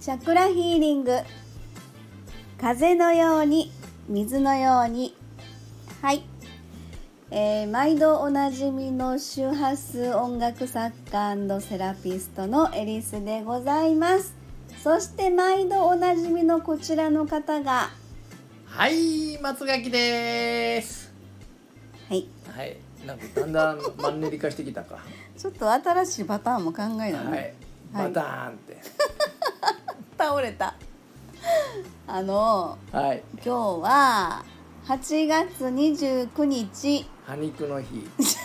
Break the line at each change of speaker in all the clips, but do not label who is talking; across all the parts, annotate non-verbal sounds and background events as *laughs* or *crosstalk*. チャクラヒーリング風のように水のようにはい、えー毎度おなじみの周波数音楽作家セラピストのエリスでございますそして毎度おなじみのこちらの方が
はい、松垣です。
はい
はい、なんかだんだんマンネリ化してきたか。
ちょっと新しいパターンも考えな
はい、バターンって。
倒れたあの
はい、
今日は8月29日
果肉の日、
歯肉っ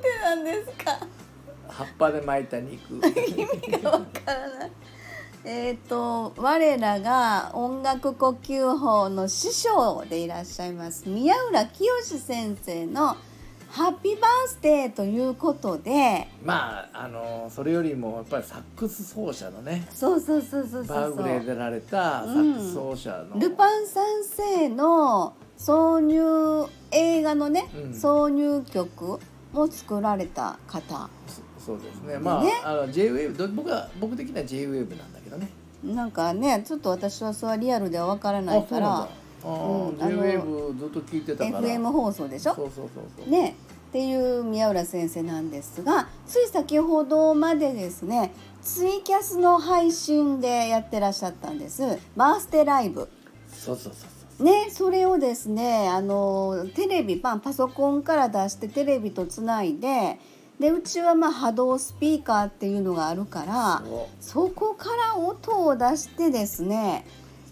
てなんですか
葉っぱで巻いた肉。
意味がわからないえっと我らが音楽呼吸法の師匠でいらっしゃいます宮浦清先生の「ハッピーバースデー」ということで
まあ、あのそれよりもやっぱりサックス奏者のね、
そうそうそうそうそ
バ
う
ウ
そ
グレー
う
でられたサックス奏者の。
ルパン三世の挿入映画のね、
うん
挿入曲も作られた方
そうですね。まあ、
ね
あの J-wave ど僕は僕的には J-wave なんだけどね。
なんかねちょっと私はそれはリアルではわからないか
あ
ら、
そうなんだ。あ
うん
ー、
あの
J-wave ずっと聞いてたから。
FM 放送でし
そ
ょ
うそうそうそう。
ねっていう宮浦先生なんですがつい先ほどまでですねツイキャスの配信でやってらっしゃったんですバースデーライブ
そうそうそうそう。
ねそれをですねあのテレビパンパソコンから出してテレビとつないででうちはまあ波動スピーカーっていうのがあるから
そ
そ
う
こから音を出してですね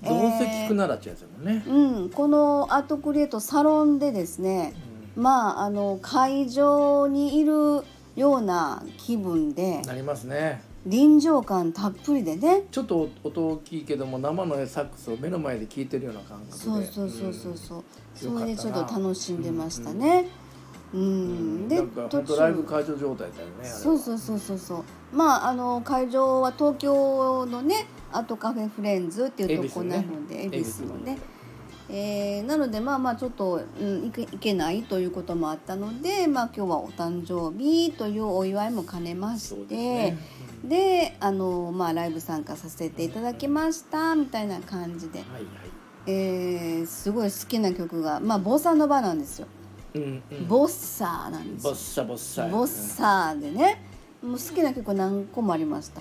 どうせ聞くならってやつやもんね
え。ーうん、このアートクリエイトサロンでですねまああの会場にいるような気分で
うんなりますね。
臨場感たっぷりでね
ちょっと音大きいけども生のサックスを目の前で聞いてるような感覚で。
そうそうそうそうんそう、
うん
それで
よか
ちょっ
っ
たと
な
楽しんでましたね。うん、で
なんか本当ライブ会場状態だよね。あれは
そうそうそうそうそうまああの会場は東京のねアートカフェフレンズっていうとこなので恵
恵
比
比
寿
寿
の
の
ね
ね
えーなのでまあまあちょっと、うん、行け行けないということもあったので、まあ、今日はお誕生日というお祝いも兼ねまし
そう
て
ですね
で,、あの、まあ、ライブ参加させていただきましたみたいな感じで、
はいは
えーすごい好きな曲が、まあ、ボサノバなんですよ。
い。うんうん。
ボッサーなんです
ボ
よ
ッサボッサ。
ボッサーでねもう好きな曲何個もありました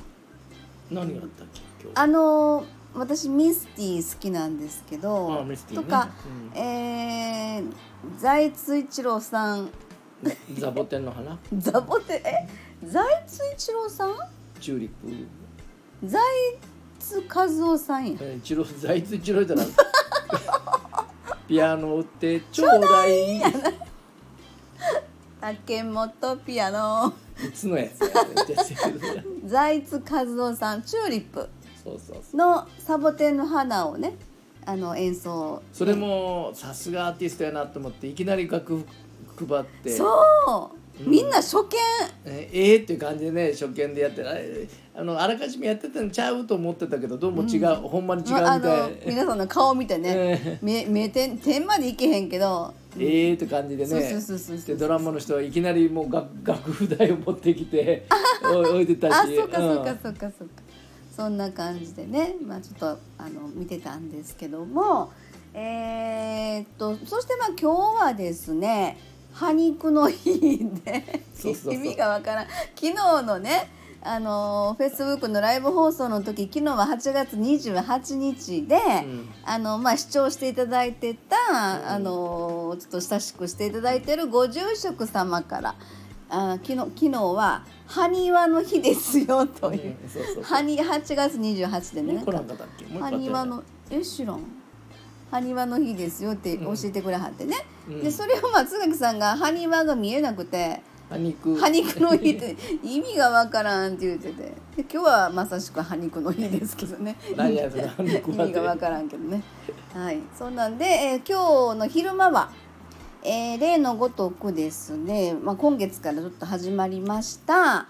うん。何があったっけ今日。
あのー私ミスティ好きなんですけど
あミスティ
と
ね
か、
う
えー財津一郎さん
ザボテンの花、
ザボテえ財津一郎さん
チューリップ、
財津和夫さんや
えー、チロ財津チロ
*laughs*
じゃない。ピアノ売ってちょうだい。い
竹本ピアノ
つのやつやってる。
財津和夫さんチューリップ
そうそうそう。
のサボテンの花をねあの演奏
それもさすがアーティストやなと思っていきなり楽譜配って
そう、みんな初見
ええーっていう感じでね初見でやってあれあのあらかじめやってたのちゃうと思ってたけどどうも違う、ほんまに違うみ
まあ、
た
あ
い
の皆さんの顔見てね
え
見見えてん点までいけへんけど
*laughs* ええーって感じで
そう
ね
そうそうそうそう
でドラマの人はいきなりもう楽楽譜台を持って
*laughs*
きてお置いてたし
あそうか
ん
そうかそうかそうか、そんな感じでね、まあ、ちょっとあの見てたんですけどもえーっとそしてまあ今日はですね破肉の日で
そうそうそう
意味がわからん昨日のねあのフェイスブックのライブ放送の時昨日は8月28日で、
うん
あのまあ、視聴していただいてた、あのちょっと親しくしていただいてるご住職様からあ昨日昨日は「埴輪の日ですよ」という
うんそうそうそう
埴8月28でね
もう一個なんかだっけもう一個あったよね
埴輪のえ知らん埴輪の日ですよって教えてくれはってね、
うん
でそれを松垣さんが埴輪が見えなくて
歯肉
「埴輪の日」って意味がわからんって言っててで今日はまさしく埴輪の日ですけどね。
何やそれ歯肉
意味がわからんけどね。はい、そうなんで、えー今日の昼間は、えー例のごとくですね、まあ、今月からちょっと始まりました、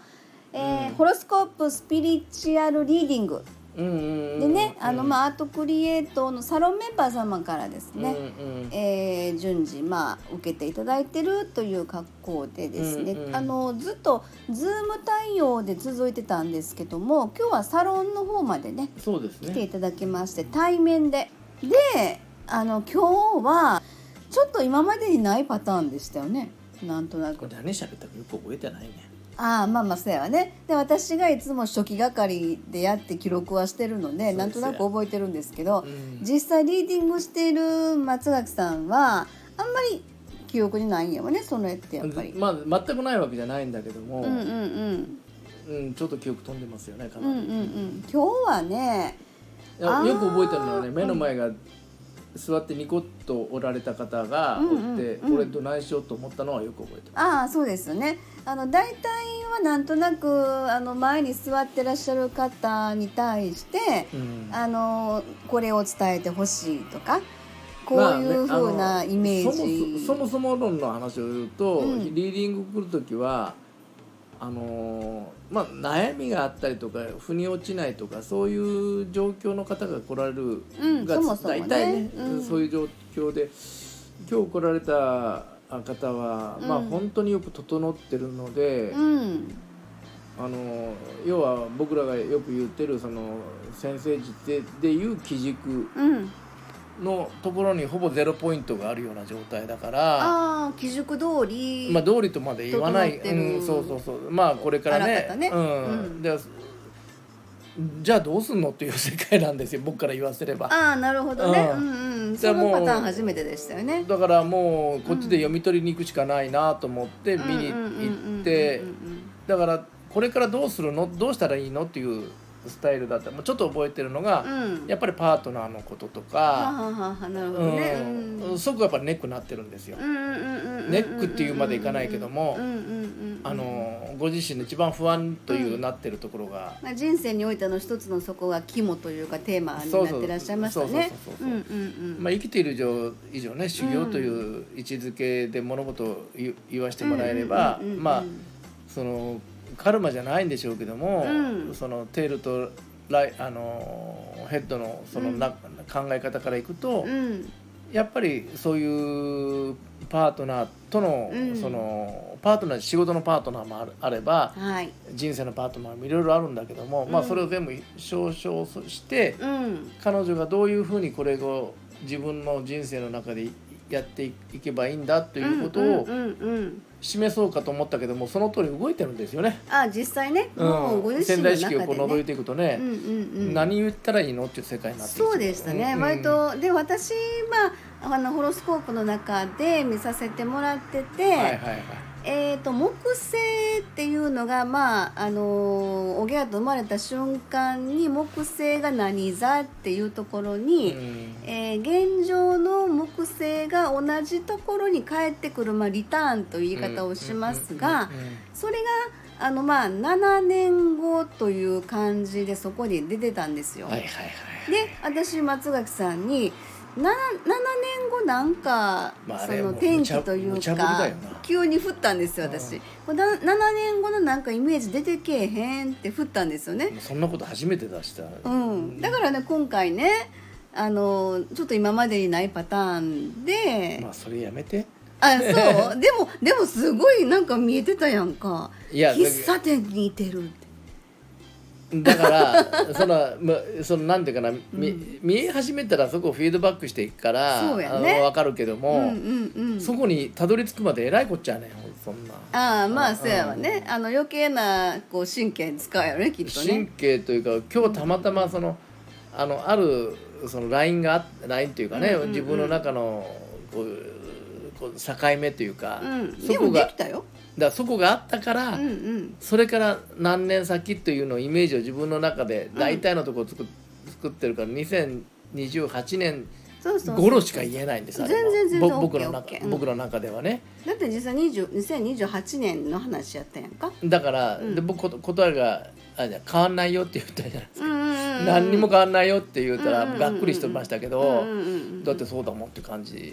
えーホロスコープスピリチュアルリーディング
うんうんうん
でねあの、
うん
まあ、アートクリエイトのサロンメンバー様からですね、
うんうん
えー順次、まあ、受けていただいてるという格好でですね、
うんうん
あのずっと Zoom 対応で続いてたんですけども今日はサロンの方までね
そうです
来てい
ね
ただきまして対面でであの今日はちょっと今までにないパターンでしたよねなんとな
こ
く
れ何喋ったかよく覚えてないね
ああまあまあそうやわねで私がいつも初期係でやって記録はしてるので
そうですよ
なんとなく覚えてるんですけど、
うん
実際リーディングしている松垣さんはあんまり記憶にないんやわねその絵ってやっぱり。
まあ全くないわけじゃないんだけども、
う
うん
うんうんん
ちょっと記憶飛んでますよねか
うんう
なんり、
うん今日はね
いや
あー
よく覚えてるのはね目の前が座ってニコッとおられた方がおっ
う
て、
んうんうん
俺どないしようと思ったのはよく覚えてる
ああそうですよねあの大体はなんとなくあの前に座ってらっしゃる方に対して、
うん
あのこれを伝えてほしいとかこ
まあ
う
ね
いう風な
あの
イメージ、
そもそそもそも論の話を言うと、
うん
リーディング来る時はあのーまあ、悩みがあったりとか腑に落ちないとかそういう状況の方が来られる
うん
が
そもそもね
大体ね、
うん
そういう状況で今日来られた方は、まあ
うん
本当によく整ってるので、
うん
あの要は僕らがよく言ってるその先生術ででいう基軸
うん、
のところにほぼゼロポイントがあるような状態だから。
ああ基準通り、
まあ道理とまで言わな
整
い、
ってる
うん、そうそうそうまあこれから
あら
ね
かたね
うん
うん
でじゃあどうすんのっていう世界なんですよ僕から言わせれば
ああなるほどね、う
うんん
うん、
じゃ
そ
あ
の
もう
パターン初めてでしたよね。
だからもうこっちで読み取りに行くしかないなと思って見に
うんうんうんうんうんうん
行ってだからこれからどうするのどうしたらいいのっていうスタイルだったもうちょっと覚えてるのが、
うん、
やっぱりパートナーのことと
はは
か、
ははなるほ
う
ど
ん
ね。うん
すごくやっぱネックになってるんですよ。
ネ
ネックっていうまでいかないけどもあのご自身の一番不安というなってるところが、
人生においての一つのそこが肝というかテーマになってらっしゃいましたね
そうそう
う
そ
ん
う
う
そ
ん
う
うん
まあ、生きている以上以上ね修行という位置づけで物事を言言わせてもらえれば、
うんうんうんうん
まあそのカルマじゃないんでしょうけども、
うん
そのテールとライあのヘッドのそのな、考え方からいくと、
うん
やっぱりそういうパートナーとの、
うん
そのパートナー仕事のパートナーもあるあれば
はい
人生のパートナーもいろいろあるんだけども、まあ、
うん
それを全部少々して、
うん
彼女がどういうふうにこれを自分の人生の中でやっていけばいいんだということ
うん
を
うんうんうん
示そうかと思ったけどもその通り動いてるんですよね。
あ実際ねもうご
ん、
自身
潜
の
在意識をこう
中
覗
で
い
ね
ていくとね、
うんうんうん
何言ったらいいのっていう世界になっていく
そうでしたね、
うん
割とで私まああのホロスコープの中で見させてもらってて、
はいはいはい
えー、と木星っていうのが、まああのーおぎゃーと生まれた瞬間に木星が何座っていうところに、
うん
えー現状の木星が同じところに帰ってくる、まあ、リターンという言い方をしますが
うんうんうんうん
それがあの、まあ、7年後という感じでそこに出てたんですよ。
はいはいはい
で私松垣さんにな 7, 年後なんか、
まああ
そ
れ
の
もう
天気という
無茶
か
ぶりだよな
急に降ったんですよ
う
私
ん
これな7年後のなんかイメージ出てけえへんって降ったんですよね
もうそんなこと初めて出した、
うんだからね今回ねあのちょっと今までにないパターンで、
まあそれやめて
あそう
*laughs*
でもでもすごいなんか見えてたやんか
いやだけど
喫茶店にいてるって
だから *laughs* そのまそのなんていうかな、み見え始めたらそこをフィードバックしていくから
そうやね
あの分かるけども、
うんうんうん
そこにたどり着くまでえらいこっちゃねほんそんな、
ああま
う
あ
ん
そうやわねあの余計なこう神経使うやろねきっと
神
ね
経というか今日たまたまそのあのあるそのラインがあラインというかね、
うんうんうん
自分の中のこうこう境目というか、
うん
そ
で
こ
も
が
で
だ
きたよ
からそこがあったから、
うんうん
それから何年先というのをイメージを自分の中で大体のところを作,、作ってるから2028年
そうそうそう
頃しか言えないんですあれは
全然全然
ぼ僕
OK
の中
OK うん
僕の中ではね
だって実際20 2028年の話やったやんか
だから、
ん
で僕こと答えがあじゃあ変わんないよって言ったじゃないですか、
うんうんうんうん
何にも変わんないよって言ったら、
うんうんうん
がっくりしてましたけど、
うんうんうん
だってそうだもんって感じ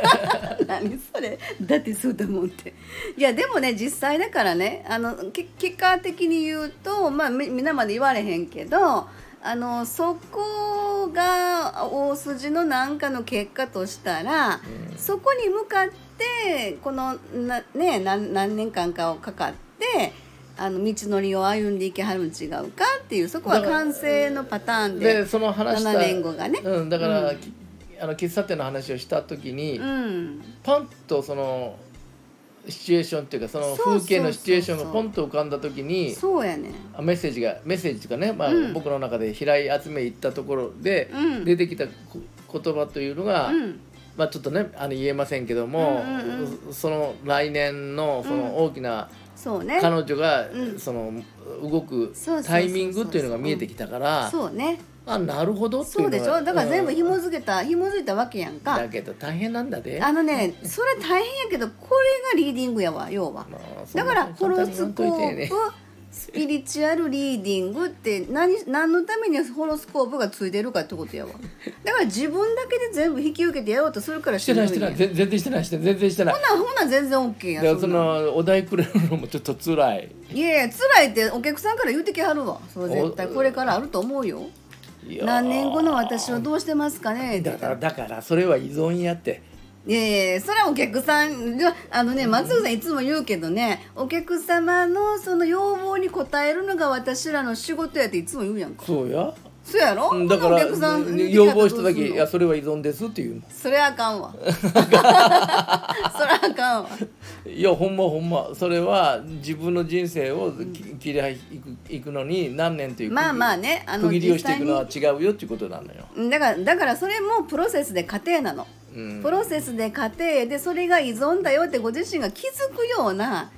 *laughs* 何それだってそうだもんっていやでもね実際だからねあのけ結果的に言うとまあみみんなまで言われへんけどあのそこが大筋のなんかの結果としたら、そこに向かってこのな、ね、何何年間かをかかってあの道のりを歩んでいけはるん違うかっていうそこは
だから
完成のパターン
で
で。
その話した
7年後がね
うん、だから、
うん
きあの喫茶店の話をした時に、
うん
パンとそのシチュエーションっていうかそ
そ
の
うそうそうそう
風景のシチュエーションがポンと浮かんだ時に
そうやね
あメッセージがメッセージとかね、まあ
うん
僕の中で平井集め行ったところで
うん
出てきたこ言葉というのが、
うん
まあ、ちょっとねあの言えませんけども、
うんうん
その来年のその大きな
そうね
彼女が、
うん
その動く
そうそうそうそう
タイミングっていうのが見えてきたから
そうね
あなるほどってい
そう
の
う
が
でしょだから全部
うん
紐付けた、紐付いたわけやんか
だけど大変なんだで
あのねそれ大変やけどこれがリーディングやわ要は
まあそん
だ
な
からホロ
簡単に言
ス
わん
コ
といて
ー
ね
プスピリチュアルリーディングって何何のためにホロスコープがついてるかってことやわだから自分だけで全部引き受けてやろうとするから
し
してんど
ないいして
んや
ない全全然してないして全然してない
ほなほな全然 OK や
だ
ん
から
そ
そ
んなん
のお題くれるのもちょっと辛い
いやいや辛いってお客さんから言うてきはるわそれ絶対
お
これからあると思うよ
いやー
何年後の私はどうしてますかねって
だからだからそれは依存やって
いやいやいやそれはお客さんがあのね松尾さんいつも言うけどねお客様のその要望に応えるのが私らの仕事やっていつも言うやんか
そうや
そうやろ
うんだか
ほ
ら
なお客さん
要望した
どうす
時
ん
い
の
やそれは依存です」っていう
それあか
*laughs*
んわそれあかんわ
のいやほんまほんまそれは自分の人生をき切り開いくいくのに何年という区切
まあまあねあの
区切りをしていくのは違うよっていうことなのよ
うんだからだからそれもプロセスで過程なの、
うん
プロセスで過程でそれが依存だよってご自身が気づくような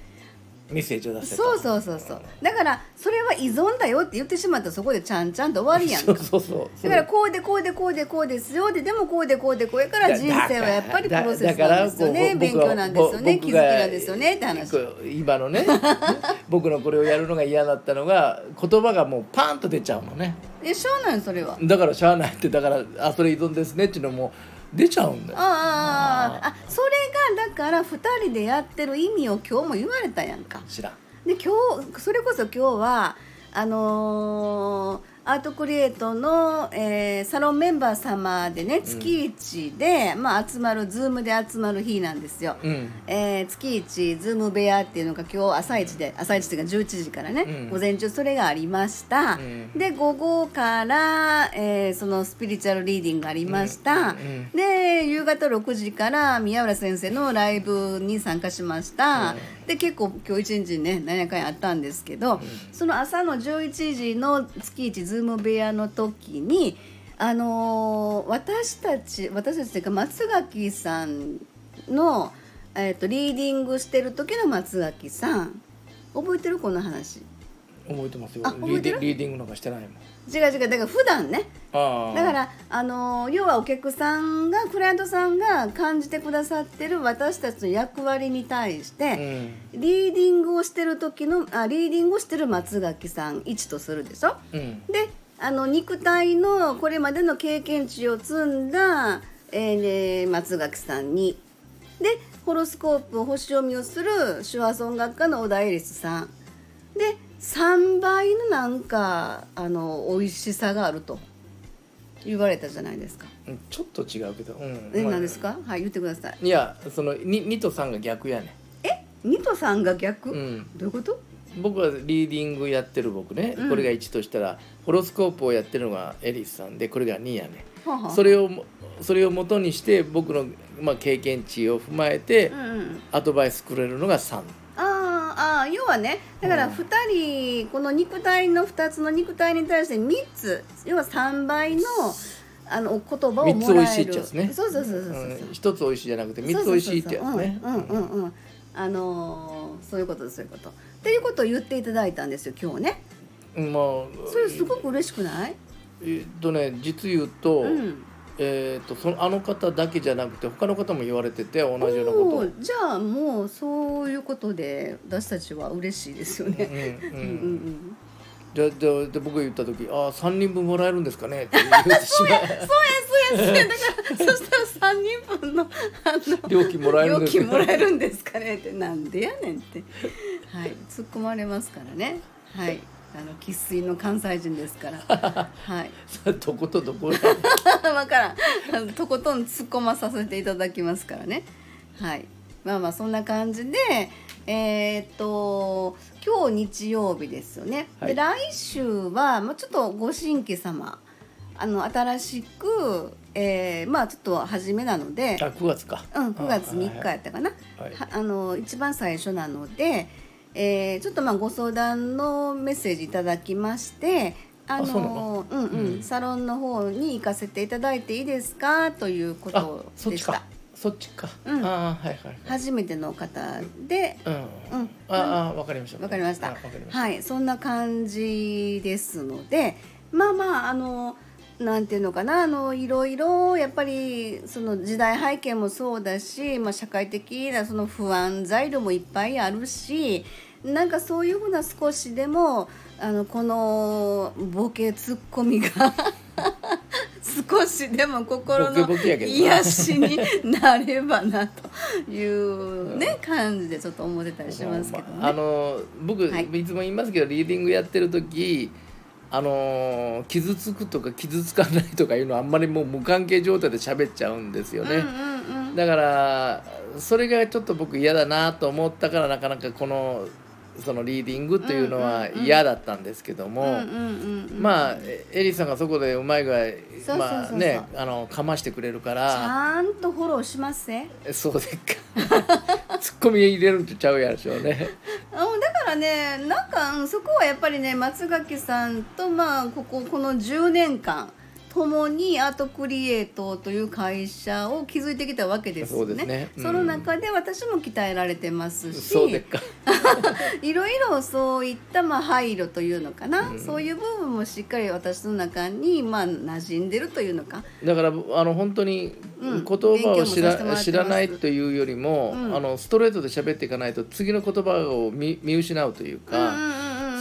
メッセージを出せと
そうそうそうそうだからそれは依存だよって言ってしまったらそこでちゃんちゃんと終わりやん
そ
か
うそうそう
だからこうでこうでこうでこうですよででもこうでこうでこれから人生はやっぱりプロセスなんですよね
だ
勉
だ
強
からこう僕は
なんですよね
ぼ
気づき
僕が
なんですよねって話
こう今のね *laughs* 僕のこれをやるのが嫌だったのが言葉がもうパンと出ちゃうのね
えしょうなんそれは
だからしゃあないってだからあそれ依存ですねっていうのも出ちゃうんだよ
あああああそれがだから2人でやってる意味を今日も言われたやんか
知らん
で今日それこそ今日はあのーアートクリエイトの、えーサロンメンバー様でね月一で、まあ、集まるズームで集まる日なんですよ、
うん
えー月一ズーム部屋っていうのが今日朝一で朝一というか11時からね、
うん
午前中それがありました、
うん
で午後から、えーそのスピリチュアルリーディングがありました、
うん
で夕方6時から宮浦先生のライブに参加しました、で結構今日一日ね何やかんやあったんですけど、その朝の11時の月一ズーム部屋の時にあのー私たち私たちというか松垣さんの、えー、とリーディングしてる時の松垣さん覚えてるこの話
覚えてますよ
あ覚
リ
え
ーデ
てる
ィンリーディングなんかしてないもん
違う違うだから普段ね
ああ
だからあの要はお客さんがクライアントさんが感じてくださってる私たちの役割に対し
う
て、
ん
リーディングをしてる時のあリーディングをしてる松垣さん1とするでしょ
うん
であの肉体のこれまでの経験値を積んだ、えーね松垣さんにでホロスコープ星読みをする手話音楽家の小田恵リスさんで3倍のなんかあの美味しさがあると言われたじゃないですか。
うんちょっと違うけどうん
え
まあ
何ですかはい言ってください。
いやその 2, 2と3が逆やね
えニトさんが逆、
うん
どういうこと
僕はリーディングやってる僕ね、これが1としたらホロスコープをやってるのがエリスさんでこれが2やね
はあはあ
それをもそれを元にして僕の、まあ、経験値を踏まえて、
うんうん
アドバイスくれるのが3
あーあー要はねだから
うん
2人、この肉体の2つの肉体に対して3つ要は3倍のあのお言葉を
3
も
つ美
ら
味しい
え
ってや
る
つね
そうそうそうそうそううん
1つ美味しいじゃなくて3つ
そ
美
う
味しいってやつね
そうそうそううんうんうんうんあのーそういうことですそういうことっていうことを言っていただいたんですよ今日ね
うんまあ
それすごく嬉しくない
えっとね実言うと,、
うん
えっとそのあの方だけじゃなくて他の方も言われてて同じようなことを
おーじゃあもうそういうことで私たちは嬉しいですよね
う
うん
ん
うんうん
ででで僕が言った時「ああ3人分もらえるんですかね」って
*laughs*
言ってしまう
そうやそうやそうやだからそしたら3人分のあの
料金もらえるん
料
です
金もら
ね
えるんですかねってなんでやねんって、はい、突っ込まれますからね。はい、あの生粋の関西人ですからはい
さ *laughs* どことどこ
*laughs* 分からんあのとことん突っ込まさせていただきますからねはいまあまあそんな感じでえーっと今日日曜日ですよね、
は
で
い
来週は、まあ、ちょっとご新規様あの新しく、えーまあちょっと初めなので
あ9月か
うん、9月
はい
3日やったかな、
はい
はあの一番最初なので、えーちょっとまあご相談のメッセージいただきましてあ
そうなの
のうんうん
うん
サロンの方に行かせていただいていいですかというこ
あ
と
そっ
で
ち
し
か
た
そっちか、
うん
あーはいはい
初めての方で
うん、
うん
ああわかりました
わかりました
あわかりました、
はいそんな感じですのでまあまああのなんていうのかなあのいろいろやっぱりその時代背景もそうだし、まあ、社会的なその不安材料もいっぱいあるしなんかそういうふうな少しでもあのこのボケツッコミが *laughs* 少しでも心
ボケ
の
ボケやけどな
癒しになればなというね感じでちょっと思ってたりしますけどね。
あの僕、
はい
い、つも言いますけどリーディングやってる時あの傷つくとか傷つかないとかいうのはあんまりもう無関係状態で喋っちゃうんですよね、
うんうんうん
だからそれがちょっと僕嫌だなと思ったからなかなかこのそのリーディングというの
う
は
んうんうん
嫌だったんですけども、
うんうんうんうん
まあえエリさんがそこでうまい具合
そうそうそうそう
まあねあのかましてくれるか
ち
ら
ゃんとフォローしますね
そうでっか *laughs* ツッコミ入れるんとちゃうやでしょうね
うんだからねなんかうんそこはやっぱりね松垣さんとまあこここの10年間共にアートクリエイトという会社を築いてきたわけですよね
そうですねうん
その中で私も鍛えられてますし
そうでっか
*laughs* いろいろそういったまあ配慮というのかな、そういう部分もしっかり私の中にまあ馴染んでるというのか
だからあの本当に
うん
言葉を知
勉強もさせてもらって
ら,、
ます
知らないというよりも、
うん
あのストレートで喋っていかないと次の言葉を見見失うという
うんうん
か、
うんうん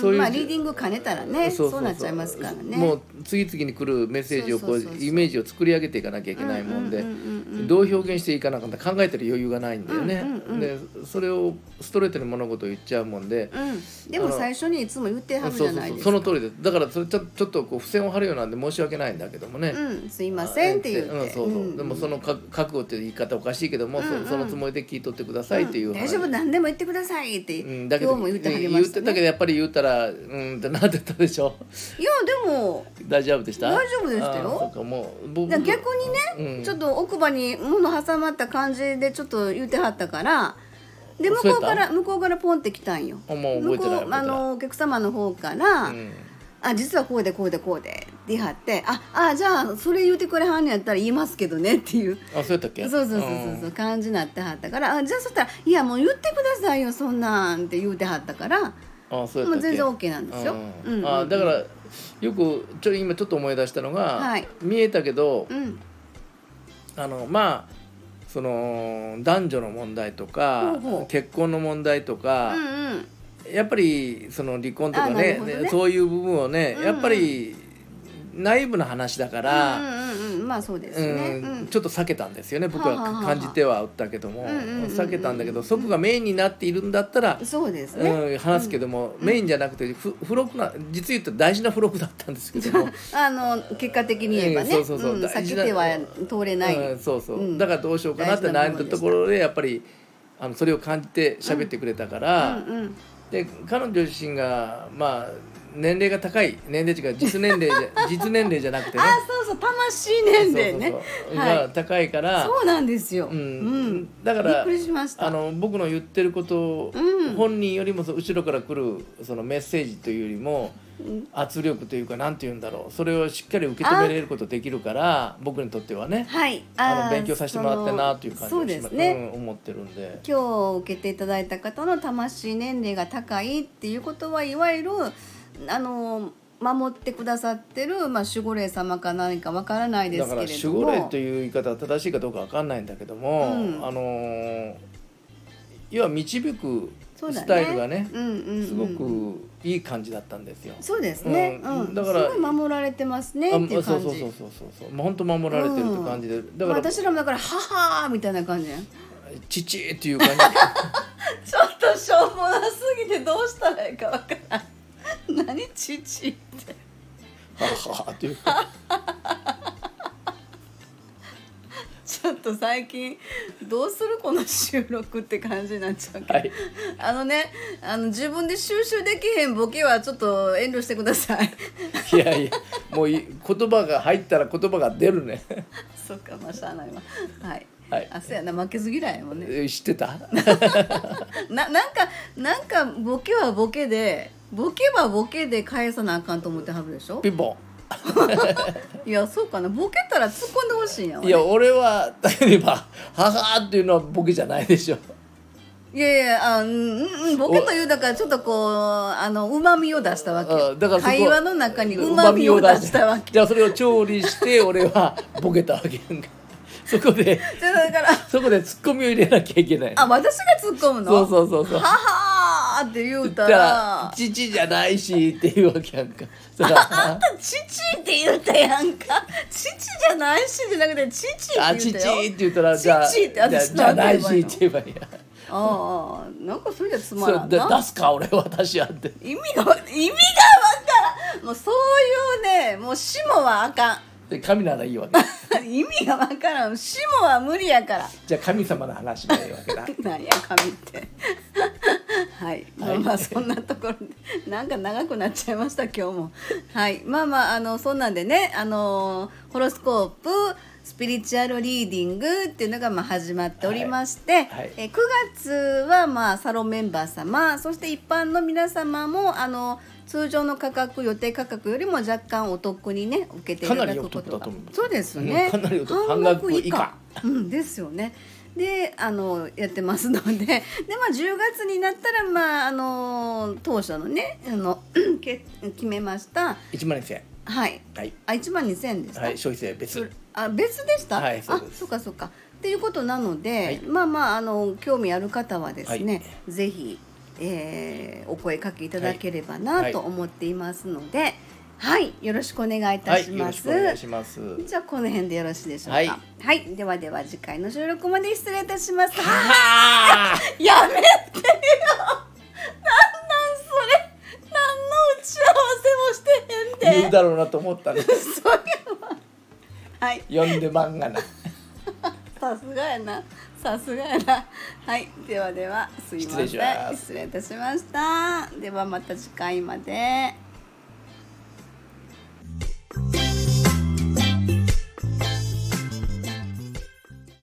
そういう
まあリーディング兼ねたらねそうなっちゃいますからね
もう次々に来るメッセージをこう
そうそうそうそう
イメージを作り上げていかなきゃいけないもんで、
うんうんうんうんうん
どう表現していいかなか考えてる余裕がないんだよね、
うんうんうん
でそれをストレートに物事を言っちゃうもんで、
うん、でも最初にいつも言ってはるじ
そう
ゃ
そう
ない
そ
で
う
す
そ
か。
の通りですだからそれちょちょっとこう付箋を貼るようなんで申し訳ないんだけどもね、
うん、すいませんって言って、
うん、そうそう、でもそのか覚悟っていう言い方おかしいけども、そ
うんうん
そのつもりで聞いとってくださいっていううん話、
大丈夫何でも言ってくださいって、
うん、だけど
今日も言ってはりま
言っ
したた、ね、
けどやっぱり言うたらうんってなってたでしょ
いやでも
大丈夫でした
大丈夫でしたよ
あーそうかもう僕
だから逆にね、
うん
ちょっと奥歯に物挟まった感じでちょっと言ってはったからで向
そう
こ
やっ
う
た
から向こうからポンって来たんよ
あもう覚えてない
向こうあのお客様の方から、
うん
あ実はこうでこうでこうでって言いはってああじゃあそれ言ってくれはんのやったら言いますけどねっていう
あそうやったっけ
そうそうそうそうそう感じになってはったからあじゃあそしたら「いやもう言ってくださいよそんなん」って言うてはったから
うんあそうや
もう
ったっけ
全然 OK なんですよ。
う
うんんうん
あだからよくちょ今ちょっと思い出したのが、
はい
見えたけど、
うん
あのまあその男女の問題とか
ほうほう
結婚の問題とか、
うんうん
やっぱりその離婚とか
あなる
ね
ほどね
ねそういう部分をね、
うん
やっぱり内部の話だから、
う
うん
んうんうんまあそうですね。うん
ちょっと避けたんですよね僕
はあはあは
は
あ
感じてはおったけども、
うんうんうんうん
避けたんだけどそこがメインになっているんだったら、
そうです
う
ね。
ん、話すけども、メインじゃなくてふ付録な実言うと大事な付録だったんですけども。
あの結果的に言えばね、
うんそうそうそうん
避けては通れ *laughs* ない。
うん、そうそう、
うん
だからどうしようかなって
大
悩
事な部
んだ
分でした
ところでやっぱりあのそれを感じて喋ってくれたから、
うんうん
で彼女自身がまあ年齢が高い年齢違う実年齢じ
*laughs*
ゃ実年齢じゃなくてね
あそうそう魂年齢ね
そうそうそう
は
が
い
高いから
そうなんですよ。
う
うんん
だか
びっ
ら
くりしました。
あの僕の言ってることを、
うん
本人よりもそう後ろから来るそのメッセージというよりも
うん
圧力というかなんて言うんだろうそれをしっかり受け止められることできるから僕にとってはね
はい、
あ
ー
の勉強させてもらったなという感じ
その
が
そうで
します
すね。
うん、思ってるんで。
今日受けていただいた方の魂年齢が高いっていうことはいわゆるあの守ってくださってる、まあ、守護霊様か何かわからないで
だ
す
か
け
ら
れ
守
ど
護
も
霊という言い方は正しいかどうかわかんないんだけども、
うん
あのー要は導く
そうだ
スタイルがね
うんうんうん、
すごくいい感じだったんですよ。
そうですね、
うん
うん、
だから
すごい守られてますね
あ
っていう
そ
感
う
じ
そうそうそうそうそうもう本当守られてるって感じで、だから、
私らもだから「ははー」みたいな感 *laughs* じやん
ちちーっていう感じ
ちょっとしょうもなすぎてどうしたらいいかわからん何ちちって
ははっていうか
ちょっと最近どうするこの収録って感じになっちゃうけど、
はい
あのねあの自分で収集できへんボケはちょっと遠慮してください *laughs*
いやいやもうい言葉が入ったら言葉が出るね
そっかまあしゃあないわはい、
はい
あそうやな負けず嫌いやもんね
え知ってた
ななんかなんかボケはボケでボケはボケで返さなあかんと思ってはるでしょ
ピンポ
いやそうかなボケたら突っ込んでほしいんやわ
ン
ね
いや俺は例えば「はは」っていうのはボケじゃないでしょ
いやいやあうんうんボケというだからちょっとこうあのうまみを出したわけ
あだからそこ
会話の中にうまみを出したわけ
じゃあそれを調理して俺はボケたわけやんかそこで
じゃあだ
*laughs*
から
そこでツッコミを入れなきゃいけない
あ私が突っ込むの
そうそうそうそう
ははーって言うた
だからら「父じゃないし」っていうわけやんかそしたら
あんた父って言うたやんか父じゃないしじゃなくて父
あ、
って言う
ちちって
たよ
言ったら、じゃあ、
ちちって
じゃあ
私
じゃあ
な
なんい
て
し
言えばいい
っ
の
て言えばいいや。
ああなんかそれじゃつま
そ
ら
うんで
な
出すか、俺、 *laughs* 私やって。
意味が意味が分からんもうそういうねもう下はあかん *laughs*
で、神ならいいわけ。
意味が分からん下は無理やから
じゃあ、神様の話がいいわ *laughs* けだ。
*laughs* なんや神ってはい、まあまあそんなところでなんか長くなっちゃいました今日もはいまあまああのそんなんでねあのホロスコープスピリチュアルリーディングっていうのがまあ始まっておりまして、
いはい
え9月はまあサロンメンバー様そして一般の皆様もあの通常の価格予定価格よりも若干お得にね受けていただくこと
かなりお得だ
が
と思う
そうですね、
うんかなりお得
半
半額
額
以
以
下
下うん、ですよね。であのやってますのでで、まあ、10月になったら、まあ、あの当初のねあの *clears throat* け決めました
一万2000円。
はい
はい。
あ1万2000円でした、
はい、消費税別。
あ別でした、
はいそう
あ
です
そうかそうかっていうことなので、
い
まあまああの興味ある方はですね、
は
ぜひ、えーお声かけいただければなと思っていますので、はい、よろしくお願いいた
は
し
い、よ
ま
ろし
す。
くお願いします。
じゃあこの辺でよろしいでしょうか。
は
はいい、ではでは次回の収録まで失礼いたします。は
はあ。
やめてよ。なんなんそれ。何の打ち合わせもしてへん
言う
で。
だろうなと思ったね。
そういうわはい。
読んで漫画な。
さすがやな。さすがやな。はい。ではではすいません。
失礼します
失礼いたしました。ではまた次回まで。